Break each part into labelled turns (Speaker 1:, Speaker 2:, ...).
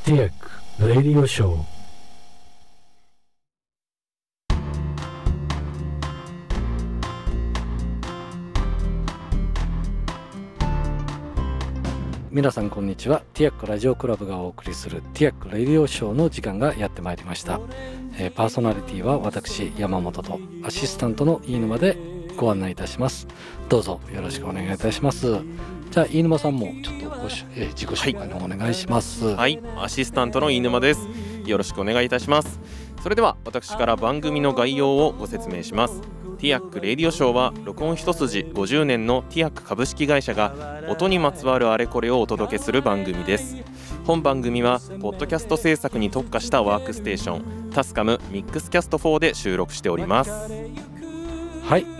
Speaker 1: Stick Radio Show.
Speaker 2: 皆さんこんにちはティアックラジオクラブがお送りするティアックレディオショーの時間がやってまいりました、えーパーソナリティは私山本とアシスタントの飯沼でご案内いたしますどうぞよろしくお願いいたしますじゃあ飯沼さんもちょっとごし、えー自己紹介の方お願いしますはい、
Speaker 3: はい、アシスタントの飯沼です。よろしくお願いいたします。それでは私から番組の概要をご説明します。ティアックレディオショーは録音一筋50年のティアック株式会社が音にまつわるあれこれをお届けする番組です。本番組はポッドキャスト制作に特化したワークステーションタスカムミックスキャスト4で収録しております。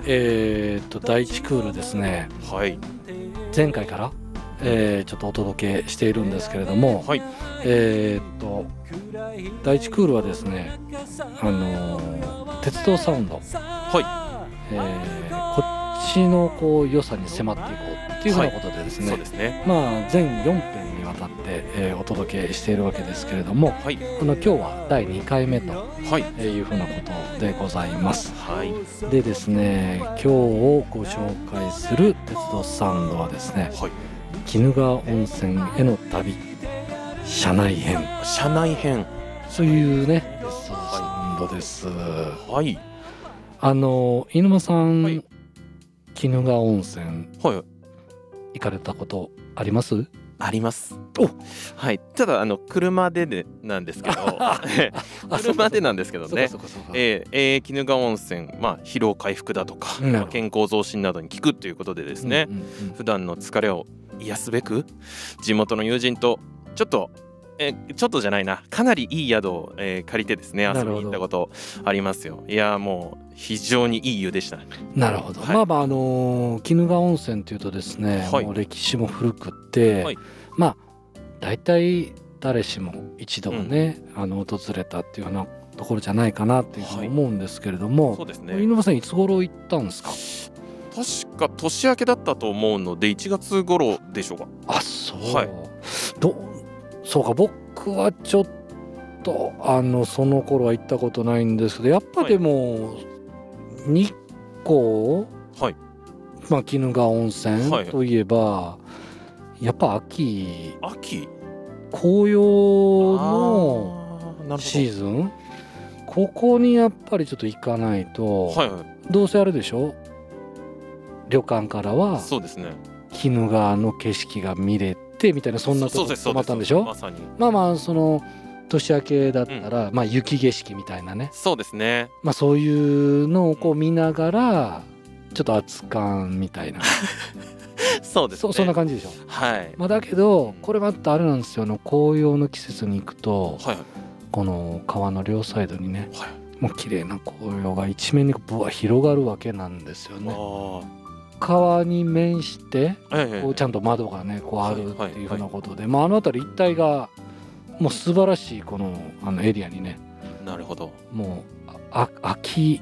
Speaker 2: えー、っと第一クールですね
Speaker 3: はい、
Speaker 2: 前回から、えーちょっとお届けしているんですけれども、
Speaker 3: はい
Speaker 2: えーっと第一クールはですね、あのー鉄道サウンド、
Speaker 3: は
Speaker 2: えーこっちのこう良さに迫っていこうっていうふうなことでです
Speaker 3: い、
Speaker 2: ね、
Speaker 3: そうですね。
Speaker 2: まあ、全4編にわたって、えーお届けしているわけですけれども
Speaker 3: はい、
Speaker 2: あの今日は第2回目と
Speaker 3: はい、
Speaker 2: いうふうなことでございます。
Speaker 3: はい、
Speaker 2: でですね今日をご紹介する鉄道サウンドはですね
Speaker 3: はい。
Speaker 2: 鬼怒川温泉への旅車内編
Speaker 3: 社内編、
Speaker 2: というね鉄道サウンドです。
Speaker 3: はい、
Speaker 2: あの飯沼さん、
Speaker 3: はい
Speaker 2: 鬼怒川温泉
Speaker 3: はい。
Speaker 2: 行かれたことあります
Speaker 3: あります。
Speaker 2: お
Speaker 3: はい、ただあの車ででなんです けど車でなんですけどね
Speaker 2: そうかそうかそうか
Speaker 3: えーえー鬼怒川温泉、まあ、疲労回復だと
Speaker 2: なる
Speaker 3: か、
Speaker 2: ほど
Speaker 3: まあ健康増進などに効くということでですね、
Speaker 2: うんうんうん
Speaker 3: 普段の疲れを癒すべく地元の友人とちょっと、えーちょっとじゃないなかなりいい宿を、えー借りてですね
Speaker 2: なる
Speaker 3: 遊
Speaker 2: ほ
Speaker 3: び
Speaker 2: ど
Speaker 3: に行ったことありますよいやーもう非常にいい湯でしたね
Speaker 2: なるほど、
Speaker 3: はい
Speaker 2: まあまああのー鬼怒川温泉というとですね、
Speaker 3: はい
Speaker 2: もう歴史も古くって、
Speaker 3: はい
Speaker 2: まあ大体誰しも一度はね、あの訪れたっていうようなところじゃないかなっていうふうに思うんですけれども、
Speaker 3: そうです
Speaker 2: これ
Speaker 3: ね
Speaker 2: 井上さんいつ頃行ったんですか
Speaker 3: 確か年明けだったと思うので1月頃でしょうか
Speaker 2: あそう、
Speaker 3: はい
Speaker 2: どそうか僕はちょっとあのその頃は行ったことないんですけどやっぱでも、日光、
Speaker 3: はい
Speaker 2: まあ、鬼怒川温泉
Speaker 3: はい
Speaker 2: といえば、やっぱ秋
Speaker 3: 秋
Speaker 2: 紅葉のシー
Speaker 3: ズ
Speaker 2: ズンここにやっぱりちょっと行かないと、
Speaker 3: はいはい
Speaker 2: どうせあれでしょ旅館からは
Speaker 3: そうですね
Speaker 2: 鬼怒川の景色が見れてみたいなそんなと
Speaker 3: そう
Speaker 2: こ
Speaker 3: ですそ
Speaker 2: 泊
Speaker 3: う
Speaker 2: ま
Speaker 3: で
Speaker 2: っ
Speaker 3: す
Speaker 2: たんでしょ
Speaker 3: まさに
Speaker 2: まあまあその年明けだったら、まあ雪景色みたいなね、
Speaker 3: そうですね
Speaker 2: まあ、そういうのをこう見ながらちょっと熱感みたいな、
Speaker 3: そうです
Speaker 2: そ
Speaker 3: ね
Speaker 2: そんな感じでしょ、
Speaker 3: はい
Speaker 2: まあ、だけ
Speaker 3: う
Speaker 2: ど
Speaker 3: ん
Speaker 2: これまたあれなんですよあの紅葉の季節に行くと
Speaker 3: はい
Speaker 2: この川の両サイドにね
Speaker 3: はい
Speaker 2: もう綺麗な紅葉が一面にぶわ広がるわけなんですよ
Speaker 3: あ
Speaker 2: ね
Speaker 3: ー
Speaker 2: 川に面して
Speaker 3: ええ
Speaker 2: こうちゃんと窓がねこうある
Speaker 3: はいはい
Speaker 2: っていうふうなことで、まあ、あの辺り一帯がもう素晴らしいこのあのエリアにね
Speaker 3: なるほど
Speaker 2: もうああ秋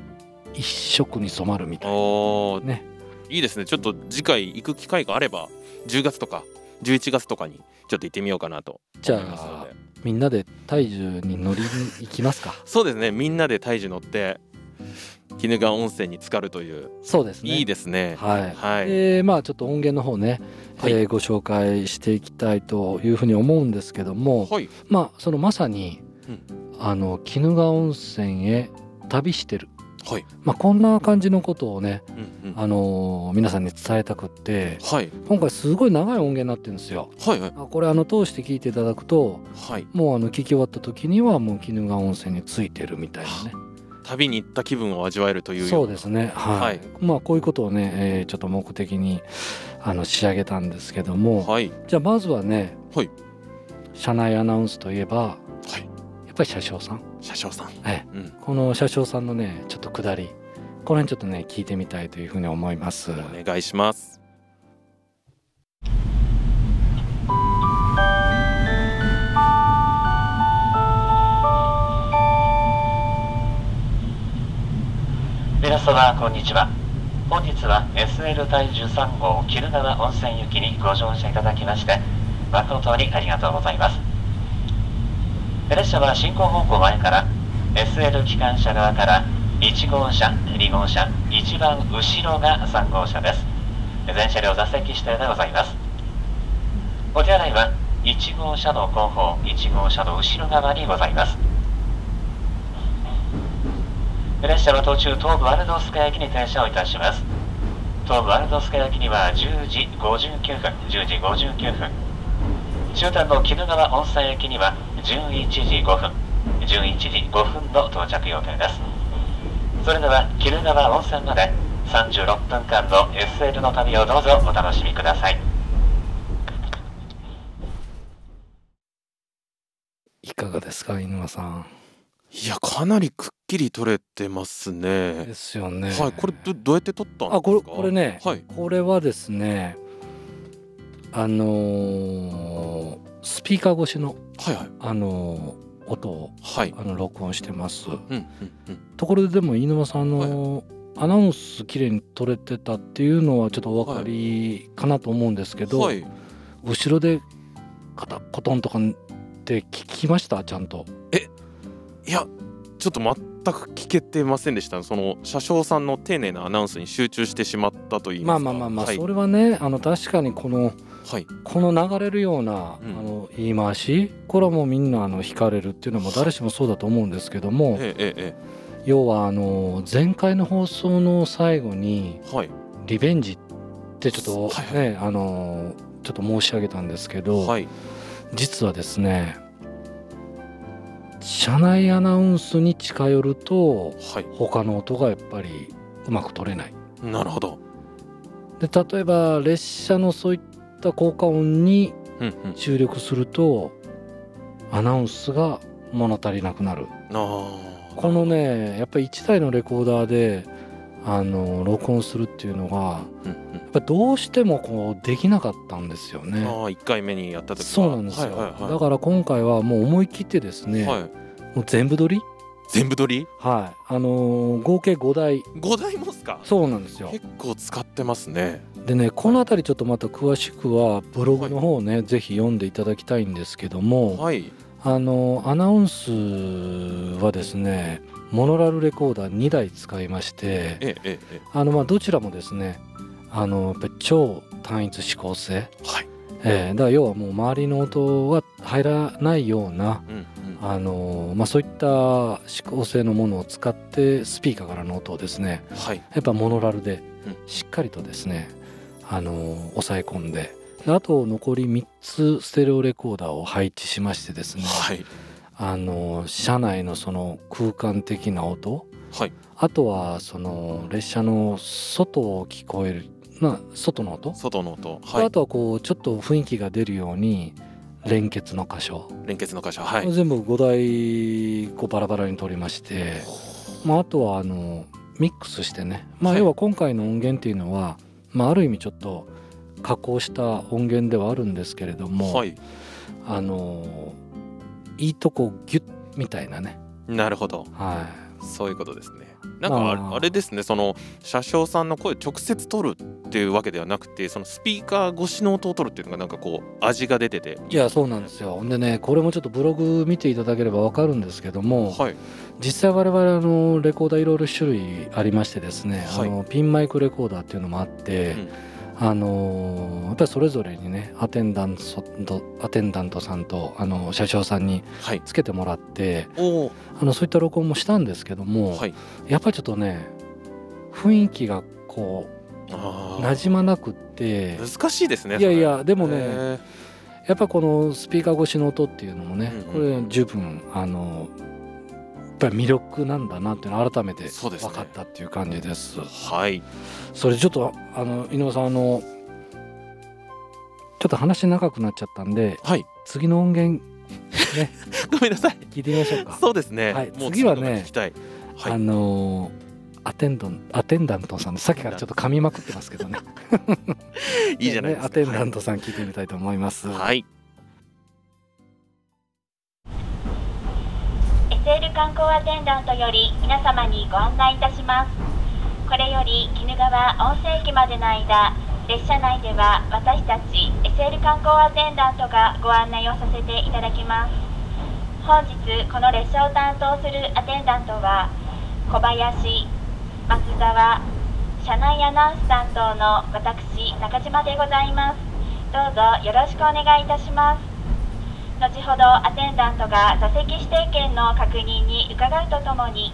Speaker 2: 一色に染まるみたい
Speaker 3: おー
Speaker 2: ね
Speaker 3: いいですねちょっと次回行く機会があれば10月とか11月とかにちょっと行ってみようかなと
Speaker 2: じゃ
Speaker 3: 思いますの
Speaker 2: あ
Speaker 3: で
Speaker 2: みんなで体重に乗りに行きます か
Speaker 3: そうですねみんなで胎児乗って鬼怒川温泉に浸かるという
Speaker 2: そうですね
Speaker 3: いいですね
Speaker 2: はい、
Speaker 3: はい
Speaker 2: えーまあちょっと音源の方ね、
Speaker 3: はい
Speaker 2: えーご紹介していきたいというふうに思うんですけども、
Speaker 3: はい
Speaker 2: まあそのまさに、
Speaker 3: うん
Speaker 2: あの鬼怒川温泉へ旅してる、
Speaker 3: はい
Speaker 2: まあ、こんな感じのことをね、
Speaker 3: うんうん
Speaker 2: あのー皆さんに伝えたくって
Speaker 3: はい
Speaker 2: 今回すごい長い音源になってるんですよ。
Speaker 3: はいはい
Speaker 2: あこれあの通して聞いていただくと
Speaker 3: はい
Speaker 2: もうあの聞き終わった時にはもう鬼怒川温泉についてるみたいなね
Speaker 3: 旅に行った気分を味わえるというよ
Speaker 2: そうですねはい、
Speaker 3: はい
Speaker 2: まあこういうことをね、えーちょっと目的にあの仕上げたんですけども、
Speaker 3: はい
Speaker 2: じゃあまずはね、
Speaker 3: はい
Speaker 2: 車内アナウンスといえば
Speaker 3: はい
Speaker 2: やっぱり車掌さん
Speaker 3: 車掌さん
Speaker 2: え
Speaker 3: うん
Speaker 2: この車掌さんのねちょっと下りこの辺ちょっとね聞いてみたいというふうに思います。
Speaker 3: お願いします
Speaker 4: 皆様こんにちは本日は SL 第13号鬼怒川温泉行きにご乗車いただきまして誠にありがとうございます列車は進行方向前から SL 機関車側から1号車、2号車、一番後ろが3号車です。全車両座席指定でございます。お手洗いは1号車の後方、1号車の後ろ側にございます。列車は途中東武アルドスカ駅に停車をいたします。東武アルドスカ駅には10時59分、10時59分。終点の鬼怒川温泉駅には11時5分、11時5分の到着予定です。それでは鬼怒川温泉まで36分間の SL の旅をどうぞお楽しみください。
Speaker 2: いかがですか、犬間さん。
Speaker 3: いやかなりくっきり撮れてますね
Speaker 2: ですよね。
Speaker 3: はいこれどどうやって撮ったんですか
Speaker 2: あこれこれね、
Speaker 3: はい
Speaker 2: これはですねあのースピーカー越しの、
Speaker 3: はいはい
Speaker 2: あのー音を
Speaker 3: はい
Speaker 2: あの録音してます
Speaker 3: うんうんうん
Speaker 2: ところででも飯沼さんの、アナウンス綺麗に撮れてたっていうのはちょっとお分かりかなと思うんですけど、
Speaker 3: はい
Speaker 2: 後ろでカタコトンとかって聞きましたちゃんと
Speaker 3: いやちょっと全く聞けてませんでしたその車掌さんの丁寧なアナウンスに集中してしまったといい
Speaker 2: ま
Speaker 3: ま
Speaker 2: あま
Speaker 3: すか
Speaker 2: あまあまあ、
Speaker 3: はい
Speaker 2: それはねあの確かにこの
Speaker 3: はい
Speaker 2: この流れるような、
Speaker 3: うん
Speaker 2: あの言い回しこれはもうみんなあの惹かれるっていうのはもう誰しもそうだと思うんですけども
Speaker 3: えええ
Speaker 2: 要はあの前回の放送の最後に
Speaker 3: えはい
Speaker 2: 「リベンジ」ってちょっ
Speaker 3: はい
Speaker 2: とね、あのちょっと申し上げたんですけど、
Speaker 3: はい
Speaker 2: 実はですね車内アナウンスに近寄ると
Speaker 3: はい
Speaker 2: 他の音がやっぱりうまく取れない。
Speaker 3: なるほど
Speaker 2: で例えば列車のそういった効果音に
Speaker 3: うんうん
Speaker 2: 注力するとアナウンスが物足りなくなる
Speaker 3: あー
Speaker 2: このねやっぱり1台のレコーダーであの録音するっていうのが
Speaker 3: うん
Speaker 2: やっぱどうしてもこうできなかったんですよ
Speaker 3: うん
Speaker 2: ね
Speaker 3: ああ一回目にやった時は
Speaker 2: そうなんですよ、
Speaker 3: はいはいはい
Speaker 2: だから今回はもう思い切ってですね、
Speaker 3: はい
Speaker 2: もう全部撮り
Speaker 3: 全部撮り
Speaker 2: はいあのー合計5台
Speaker 3: 五台もっすか
Speaker 2: そうなんですよ
Speaker 3: 結構使ってますね
Speaker 2: でねこの辺りちょっとまた詳しくはブログの方をね、ぜひ読んでいただきたいんですけども、
Speaker 3: はい
Speaker 2: あのアナウンスはですねモノラルレコーダー2台使いまして
Speaker 3: えええええ
Speaker 2: あのまあどちらもですねあのやっぱり超単一指向性、
Speaker 3: えはい
Speaker 2: えーだから要はもう周りの音が入らないような
Speaker 3: うんうんは
Speaker 2: あの、まあ、そういった指向性のものを使ってスピーカーからの音をですね
Speaker 3: い
Speaker 2: やっぱモノラルで
Speaker 3: うん
Speaker 2: しっかりとですねあの抑え込んでであと残り3つステレオレコーダーを配置しましてですね、
Speaker 3: はい
Speaker 2: あの車内のその空間的な音
Speaker 3: はい
Speaker 2: あとはその列車の外を聞こえる、まあ、外の音、
Speaker 3: 外の音は
Speaker 2: あ
Speaker 3: い
Speaker 2: とはこうちょっと雰囲気が出るように連結の箇所、
Speaker 3: 連結の会社はい
Speaker 2: 全部5台こうバラバラに取りまして、まあ、あとはあのミックスしてね、まあ、
Speaker 3: はい
Speaker 2: 要は今回の音源っていうのは、まあ、ある意味ちょっと加工した音源ではあるんですけれども、
Speaker 3: はい
Speaker 2: あのいいとこギュッみたいなね
Speaker 3: なるほど
Speaker 2: はい
Speaker 3: そういうことですね。なんかあれ
Speaker 2: あー
Speaker 3: あれですねその車掌さんの声を直接取るっていうわけではなくてそのスピーカー越しの音を取るっていうのがなんかこう味が出てて
Speaker 2: いやそうなんですよ。でねこれもちょっとブログ見ていただければわかるんですけども、
Speaker 3: はい
Speaker 2: 実際我々あのレコーダーいろいろ種類ありましてですね、
Speaker 3: はい
Speaker 2: あのピンマイクレコーダーっていうのもあって、
Speaker 3: うん
Speaker 2: あのやっぱりそれぞれにねアテンダントアテンダントさんとあの車掌さんに
Speaker 3: はい
Speaker 2: つけてもらって
Speaker 3: おー
Speaker 2: あのそういった録音もしたんですけども、
Speaker 3: はい
Speaker 2: やっぱりちょっとね雰囲気がこう
Speaker 3: あ
Speaker 2: 馴
Speaker 3: ー
Speaker 2: 染まなくって。
Speaker 3: 難しいですね
Speaker 2: いやい
Speaker 3: そ
Speaker 2: やで
Speaker 3: れ
Speaker 2: もね、
Speaker 3: へー
Speaker 2: やっぱこのスピーカー越しの音っていうのもね、
Speaker 3: うん
Speaker 2: これ十分あのやっぱり魅力なんだなっていうのを改めて
Speaker 3: そう
Speaker 2: 分
Speaker 3: ですね
Speaker 2: かったっていう感じです。そ
Speaker 3: はい
Speaker 2: れちょっとあの井上さんあのちょっと話長くなっちゃったんで
Speaker 3: はい
Speaker 2: 次の音源
Speaker 3: ごめんなさい
Speaker 2: 聞いてみましょうか。
Speaker 3: そうですね、
Speaker 2: はい
Speaker 3: もう
Speaker 2: 次はね
Speaker 3: のが聞きたいはい
Speaker 2: あのアテンドンアテンダントさんさっきからちょっと噛みまくってますけどね。
Speaker 3: いいじゃないですか、
Speaker 2: ねアテンダントさん聞いてみたいと思います。
Speaker 3: はい、
Speaker 5: SL 観光アテンダントより皆様にご案内いたしますこれより鬼怒川温泉駅までの間列車内では私たち SL 観光アテンダントがご案内をさせていただきます本日この列車を担当するアテンダントは小林松沢車内アナウンス担当の私中島でございますどうぞよろしくお願いいたします後ほどアテンダントが座席指定券の確認に伺うとともに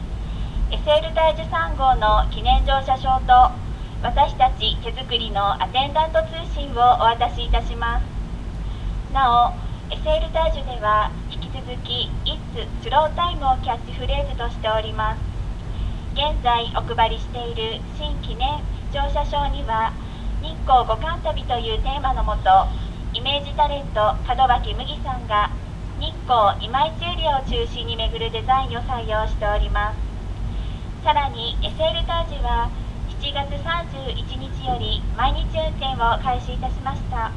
Speaker 5: SL 大樹3号の記念乗車証と私たち手作りのアテンダント通信をお渡しいたしますなお SL 大樹では引き続き「It's スロータイム」をキャッチフレーズとしております現在お配りしている新記念乗車証には日光五冠旅というテーマのもとイメージタレント門脇麦さんが日光今市エリアを中心に巡るデザインを採用しておりますさらに SL タージは7月31日より毎日運転を開始いたしました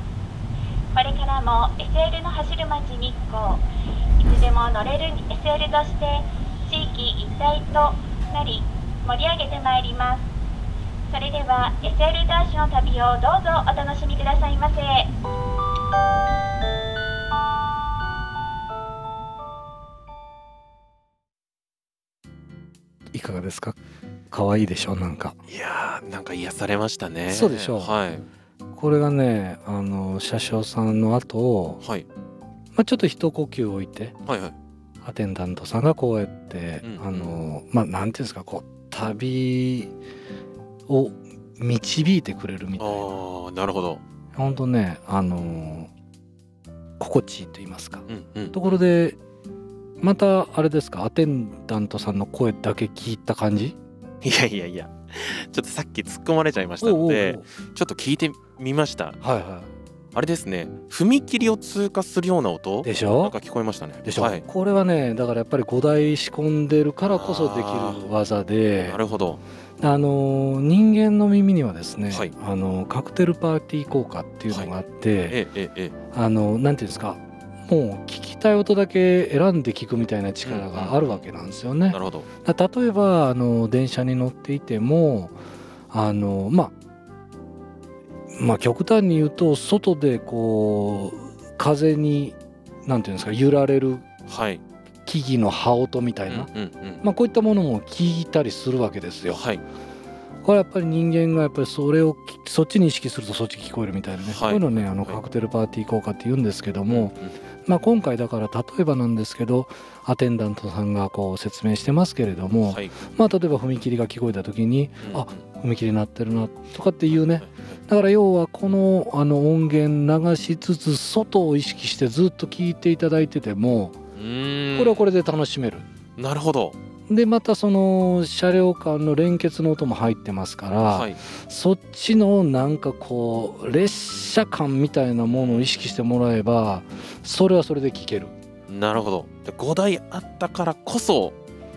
Speaker 5: これからも SL の走る街日光いつでも乗れる SL として地域一体となり盛り上げてまいりますそれでは SL ダッシュの旅をどうぞお楽しみくださいませ
Speaker 2: いかがですか可愛いでしょなんか
Speaker 3: いやーなんか癒されましたね
Speaker 2: そうでしょう
Speaker 3: はい
Speaker 2: これがねあの車掌さんの後を、
Speaker 3: はい
Speaker 2: まあ、ちょっと一呼吸置いて
Speaker 3: はいはい
Speaker 2: アテンダントさんがこうやって、
Speaker 3: うん
Speaker 2: あのまあなんていうんですかこう旅を導いてくれるみ
Speaker 3: あ
Speaker 2: たいな
Speaker 3: ーなるほど
Speaker 2: 本当ねあの心地いいと言いますか
Speaker 3: うんうん
Speaker 2: ところでまたあれですかアテンダントさんの声だけ聞いた感じ
Speaker 3: いやいやいやちょっとさっき突っ込まれちゃいました
Speaker 2: おうおう
Speaker 3: の
Speaker 2: おう
Speaker 3: でちょっと聞いてみました
Speaker 2: はいは
Speaker 3: あれですね踏切を通過するような音
Speaker 2: いでし
Speaker 3: なん
Speaker 2: ょ
Speaker 3: か聞こえましたね
Speaker 2: でしょ、
Speaker 3: はい
Speaker 2: これはねだからやっぱり5台仕込んでるからこそできる技で
Speaker 3: なるほど
Speaker 2: あの人間の耳にはですね、
Speaker 3: はい
Speaker 2: あのカクテルパーティー効果っていうのがあって、
Speaker 3: えええ
Speaker 2: あのなんていうんですかもう聞きたい音だけ選んで聞くみたいな力があるわけなんですよね。
Speaker 3: なるほど
Speaker 2: だ例えばあの電車に乗っていてもあのまあまあ極端に言うと外でこう風になんていうんですか揺られる
Speaker 3: はい
Speaker 2: 木々の葉音みた
Speaker 3: う
Speaker 2: い
Speaker 3: ん
Speaker 2: な、
Speaker 3: うんうん
Speaker 2: まあ、こういったものも聞いたりするわけですよ。
Speaker 3: はい
Speaker 2: これやっぱり人間がやっぱりそれをきそっちに意識するとそっち聞こえるみたいなね、
Speaker 3: は
Speaker 2: こ
Speaker 3: い
Speaker 2: ういうのねあの
Speaker 3: はい
Speaker 2: カクテルパーティー効果って言うんですけども、
Speaker 3: うんうん
Speaker 2: まあ、今回だから例えばなんですけどアテンダントさんがこう説明してますけれども、
Speaker 3: はい
Speaker 2: まあ、例えば踏切が聞こえた時にあ踏切鳴ってるなとかっていうねだから要はこのあの音源流しつつ外を意識してずっと聞いていただいてても
Speaker 3: うん
Speaker 2: これはこれで楽しめる。
Speaker 3: なるほど
Speaker 2: でまたその車両間の連結の音も入ってますから、
Speaker 3: はい
Speaker 2: そっちのなんかこう列車感みたいなものを意識してもらえばそれはそれで聞ける
Speaker 3: なるほどで5台あったからこそ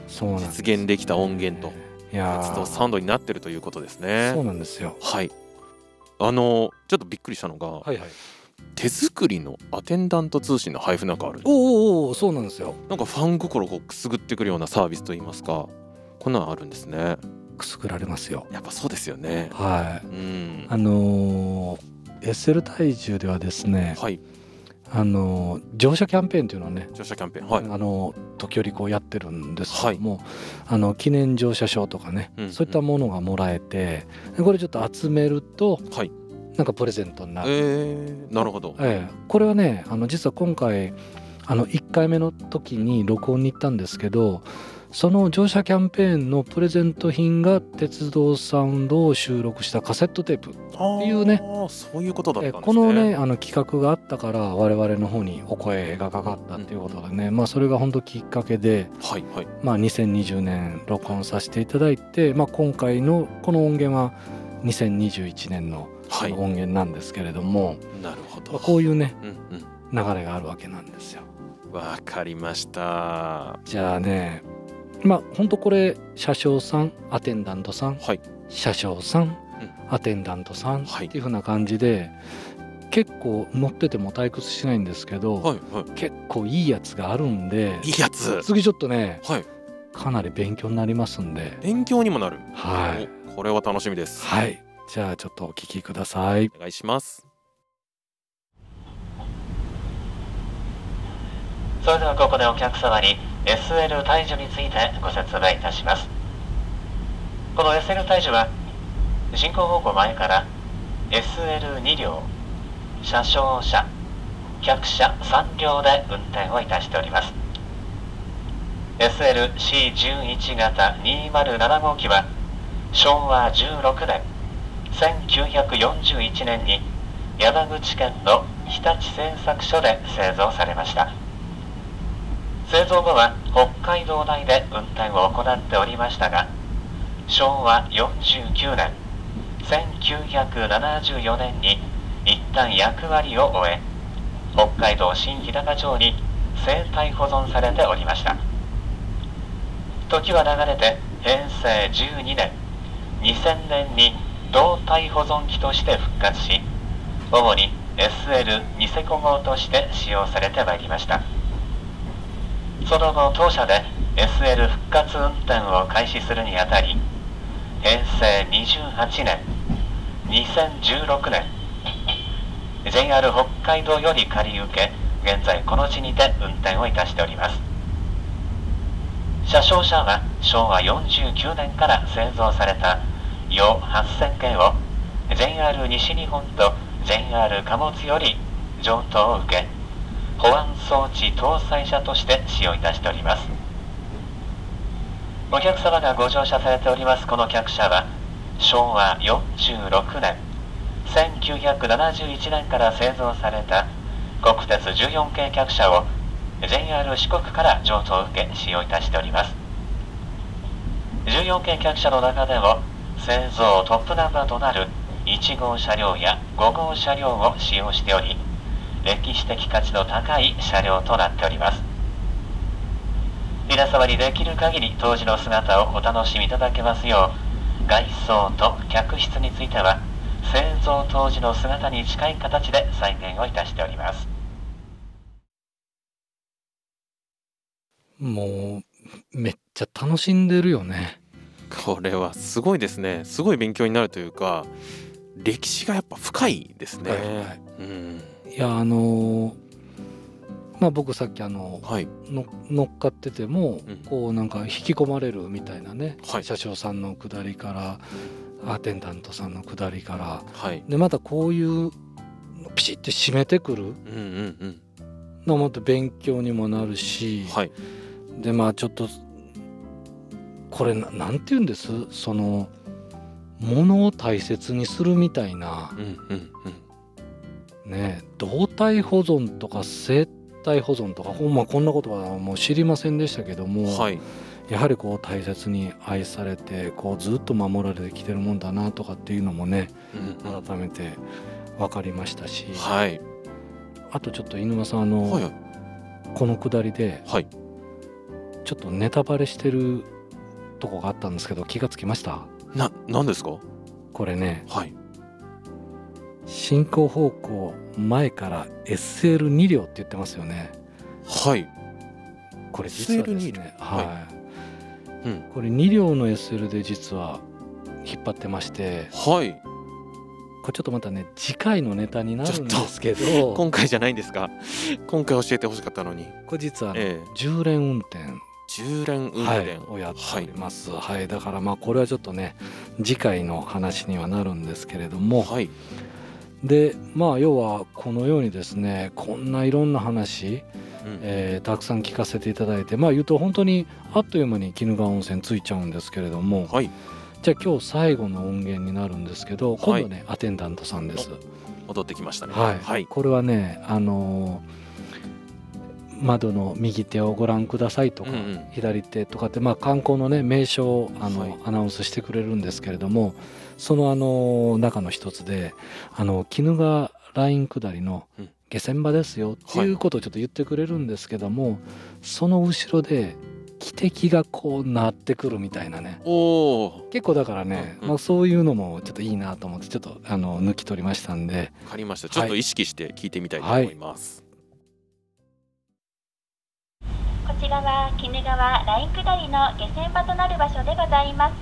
Speaker 2: そうなんです
Speaker 3: 実現できた音源と
Speaker 2: いや
Speaker 3: 活動
Speaker 2: ー
Speaker 3: サウンドになってるということですね
Speaker 2: そうなんですよ
Speaker 3: はいあのちょっとびっくりしたのが、
Speaker 2: はいはい
Speaker 3: 手作りのアテンダント通信の配布なんかある
Speaker 2: おうおうおうそうなんですよ
Speaker 3: なんかファン心をこうくすぐってくるようなサービスといいますかこんなんあるんですね
Speaker 2: くすぐられますよ
Speaker 3: やっぱそうですよね
Speaker 2: はい
Speaker 3: うん
Speaker 2: あのー、SL 体重ではですね、
Speaker 3: はい
Speaker 2: あのー乗車キャンペーンというのをね、
Speaker 3: 乗車キャンペーンはい
Speaker 2: あのー時折こうやってるんですけども、あの記念乗車証とかね、
Speaker 3: うんうん
Speaker 2: そういったものがもらえてでこれちょっと集めると、
Speaker 3: はい
Speaker 2: なんかプレゼントになる
Speaker 3: えー、なるほど
Speaker 2: ええ、これはねあの実は今回あの1回目の時に録音に行ったんですけどその乗車キャンペーンのプレゼント品が鉄道サウンドを収録したカセットテープ
Speaker 3: あ
Speaker 2: っていうね
Speaker 3: あそういうことだった
Speaker 2: え
Speaker 3: ん
Speaker 2: え
Speaker 3: ですね
Speaker 2: このねあの企画があったから我々の方にお声がかかったっていうことがね、まあ、それが本当きっかけで、
Speaker 3: はいはい
Speaker 2: まあ、2020年録音させていただいて、まあ、今回のこの音源は2021年の
Speaker 3: はい
Speaker 2: 音源なんですけれども、
Speaker 3: なるほど
Speaker 2: まあこういうね
Speaker 3: うんうん
Speaker 2: 流れがあるわけなんですよ。
Speaker 3: わかりました
Speaker 2: じゃあねまあほんとこれ車掌さんアテンダントさん
Speaker 3: はい
Speaker 2: 車掌さん、アテンダントさんっ
Speaker 3: はい
Speaker 2: ていう風な感じで、結構乗ってても退屈しないんですけど、
Speaker 3: はいは
Speaker 2: 結構いいやつがあるんで
Speaker 3: いいいやつ
Speaker 2: 次ちょっとね
Speaker 3: はい
Speaker 2: かなり勉強になりますんで
Speaker 3: 勉強にもなる
Speaker 2: はい、
Speaker 3: おこれは楽しみです
Speaker 2: はい、じゃあちょっとお聞きください。
Speaker 3: お願いします
Speaker 4: それではここでお客様に SL 退場についてご説明いたしますこの SL 退場は進行方向前から SL2 両車掌車客車3両で運転をいたしております SLC11 型207号機は昭和16年1941年に山口県の日立製作所で製造されました製造後は北海道内で運転を行っておりましたが昭和49年1974年に一旦役割を終え北海道新日高町に生態保存されておりました時は流れて平成12年2000年に胴体保存機として復活し主に SL ニセコ号として使用されてまいりましたその後当社で SL 復活運転を開始するにあたり平成28年2016年 JR 北海道より借り受け現在この地にて運転をいたしております車掌車は昭和49年から製造された洋8000系を JR 西日本と JR 貨物より上等を受け保安装置搭載車として使用いたしておりますお客様がご乗車されておりますこの客車は昭和46年1971年から製造された国鉄14系客車を JR 四国から譲渡を受け使用いたしております14系客車の中でも製造トップナンバーとなる1号車両や5号車両を使用しており歴史的価値の高い車両となっております皆様にできる限り当時の姿をお楽しみいただけますよう外装と客室については製造当時の姿に近い形で再現をいたしております
Speaker 2: もうめっちゃ楽しんでるよね
Speaker 3: これはすごいですねすごい勉強になるというか歴史がやっぱ深いですね、
Speaker 2: はい
Speaker 3: うん
Speaker 2: いやあのーまあ僕さっきあの
Speaker 3: はい
Speaker 2: の乗っかってても、
Speaker 3: うん
Speaker 2: こうなんか引き込まれるみたいなね、
Speaker 3: はい
Speaker 2: 車掌さんの下りからアテンダントさんの下りから
Speaker 3: はい
Speaker 2: でまたこういうピシッて締めてくる
Speaker 3: うんうん
Speaker 2: のもっと勉強にもなる
Speaker 3: う
Speaker 2: し
Speaker 3: ん、はい
Speaker 2: でまあちょっとこれななんて言うんですそのものを大切にするみたいな
Speaker 3: うんうん
Speaker 2: ね動体保存とか生体保存とかほんまこんなことはもう知りませんでしたけど
Speaker 3: う
Speaker 2: も、
Speaker 3: んはい
Speaker 2: やはりこう大切に愛されてこうずっと守られてきてるもんだなとかっていうのもね
Speaker 3: うんうん
Speaker 2: 改めて分かりましたし、
Speaker 3: はい
Speaker 2: あとちょっと犬間さんあの、
Speaker 3: はいはい
Speaker 2: このくだりで
Speaker 3: はい
Speaker 2: ちょっとネタバレしてるとこがあったんですけど気がつきました
Speaker 3: な何ですか
Speaker 2: これね
Speaker 3: はい
Speaker 2: 進行方向前から SL2 両って言ってますよね
Speaker 3: はい
Speaker 2: これ実はですね
Speaker 3: SL2 両
Speaker 2: はい、
Speaker 3: うん
Speaker 2: これ2両の SL で実は引っ張ってまして
Speaker 3: はい
Speaker 2: これちょっとまたね次回のネタになるん
Speaker 3: ちょっと
Speaker 2: ですけど
Speaker 3: 今回じゃないんですか今回教えてほしかったのに
Speaker 2: これ実はあの
Speaker 3: ええ
Speaker 2: 10連運転
Speaker 3: 10連運
Speaker 2: は
Speaker 3: 転
Speaker 2: い、をやっております、はいだからまあこれはちょっとね次回の話にはなるんですけれども、
Speaker 3: はい
Speaker 2: でまあ要はこのようにですねこんないろんな話、
Speaker 3: うん
Speaker 2: えーたくさん聞かせていただいてまあ言うと本当にあっという間に鬼怒川温泉ついちゃうんですけれども
Speaker 3: はい
Speaker 2: じゃあ今日最後の音源になるんですけど今度ね、アテンダントさんです。
Speaker 3: 戻ってきましたね
Speaker 2: はい、
Speaker 3: はい
Speaker 2: これはねあのー窓の右手をご覧くださいとか、
Speaker 3: うんうん
Speaker 2: 左手とかって、まあ、観光のね名所をあの、
Speaker 3: はい
Speaker 2: アナウンスしてくれるんですけれどもそのあのー中の一つであの鬼怒川ライン下りの
Speaker 3: うん
Speaker 2: 下船場ですよっていうことをちょっと言ってくれるんですけども、その後ろで汽笛がこう鳴ってくるみたいなね
Speaker 3: おお
Speaker 2: 結構だからね、
Speaker 3: うんうん
Speaker 2: まあ、そういうのもちょっといいなと思ってちょっとあの抜き取りましたんで
Speaker 3: わかりましたちょっと意識して聞いてみたいと思います
Speaker 5: こちらは鬼怒川ライン下りの下船場となる場所でございます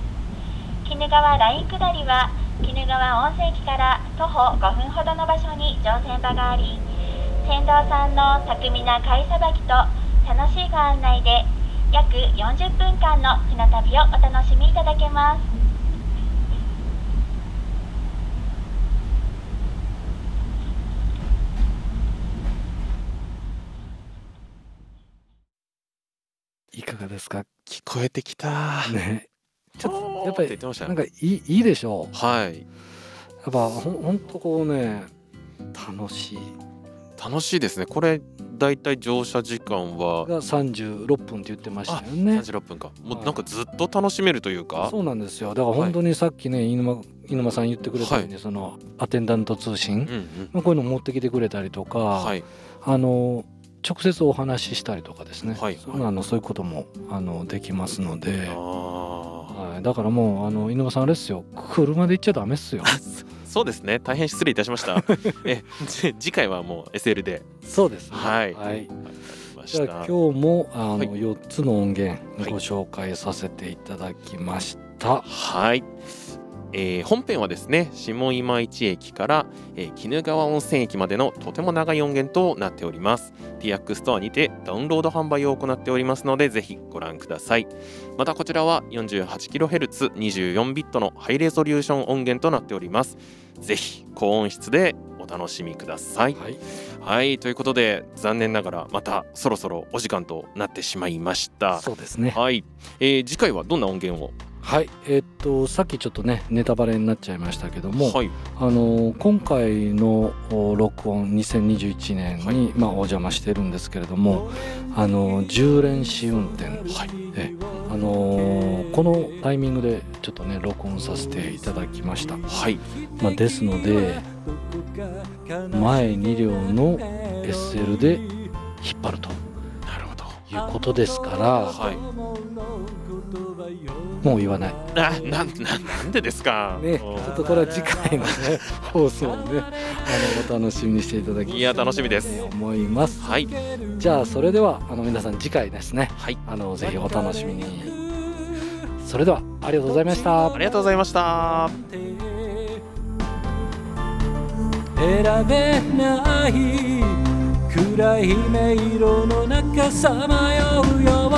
Speaker 5: 鬼怒川ライン下りは鬼怒川温泉駅から徒歩5分ほどの場所に乗船場があり船頭さんの巧みな貝さばきと楽しいご案内で約40分間の日の旅をお楽しみいただけます
Speaker 2: いかがですか
Speaker 3: 聞こえてきた
Speaker 2: ねちょっとやっぱ
Speaker 3: おーて言
Speaker 2: り
Speaker 3: ってました
Speaker 2: なん
Speaker 3: ね
Speaker 2: かいいいいでしょう
Speaker 3: はい
Speaker 2: やっぱほんほんとこうね楽しい
Speaker 3: 楽しいですねこれだいたい乗車時間は
Speaker 2: が36分って言ってましたよね
Speaker 3: 36分かもうなんかずっと楽しめるというか
Speaker 2: そうなんですよだから本当にさっきね、飯沼飯沼さん言ってくれたように、そのアテンダント通信、
Speaker 3: うんうん
Speaker 2: まあ、こういうの持ってきてくれたりとか、
Speaker 3: はい
Speaker 2: あの直接お話ししたりとかですね、
Speaker 3: はいはい
Speaker 2: そうあのそういうこともあのできますので、
Speaker 3: あ
Speaker 2: はい、だからもうあの飯沼さんあれですよ車で行っちゃダメっすよ
Speaker 3: ー そうですね大変失礼いたしました えじ次回はもう SL で
Speaker 2: そうですね
Speaker 3: は
Speaker 2: は
Speaker 3: い
Speaker 2: い、
Speaker 3: わかりま
Speaker 2: じ
Speaker 3: し
Speaker 2: ゃ
Speaker 3: た
Speaker 2: あ今日もあの、
Speaker 3: はい
Speaker 2: 4つの音源
Speaker 3: はい
Speaker 2: ご紹介させていただきました、
Speaker 3: はい、えー本編はですね下今市駅から、えー鬼怒川温泉駅までのとても長い音源となっております。TX ストアにてダウンロード販売を行っておりますのでぜひご覧ください。またこちらは 48kHz24 ビットのハイレゾリューション音源となっております。ぜひ高音質でお楽しみください。
Speaker 2: はい
Speaker 3: はいということで残念ながらまたそろそろお時間となってしまいました。
Speaker 2: そうですね
Speaker 3: はい、えー次回はどんな音源を
Speaker 2: はいえっとさっきちょっとねネタバレになっちゃいましたけども、
Speaker 3: はい
Speaker 2: あの今回のお録音2021年に、
Speaker 3: はい
Speaker 2: まあ、お邪魔してるんですけれどもあの10連試運転、えあのこのタイミングでちょっとね録音させていただきました、
Speaker 3: はい
Speaker 2: まあ、ですので前2両の SL で引っ張ると
Speaker 3: なるほど。
Speaker 2: いうことですから、
Speaker 3: はい。
Speaker 2: もう言わない、
Speaker 3: あ、なん、なん、なんでですか。
Speaker 2: ね、ち
Speaker 3: も
Speaker 2: ょ
Speaker 3: う
Speaker 2: っとこれは次回 の、ね、放送をねあのお楽しみにしていただきた
Speaker 3: いや、楽しみです。
Speaker 2: 思います
Speaker 3: はい。
Speaker 2: じゃあそれではあの皆さん次回ですね
Speaker 3: はい。
Speaker 2: あのぜひお楽しみにそれではありがとうございました
Speaker 3: ありがとうございました。
Speaker 6: 選べない暗い迷色の中さまようよ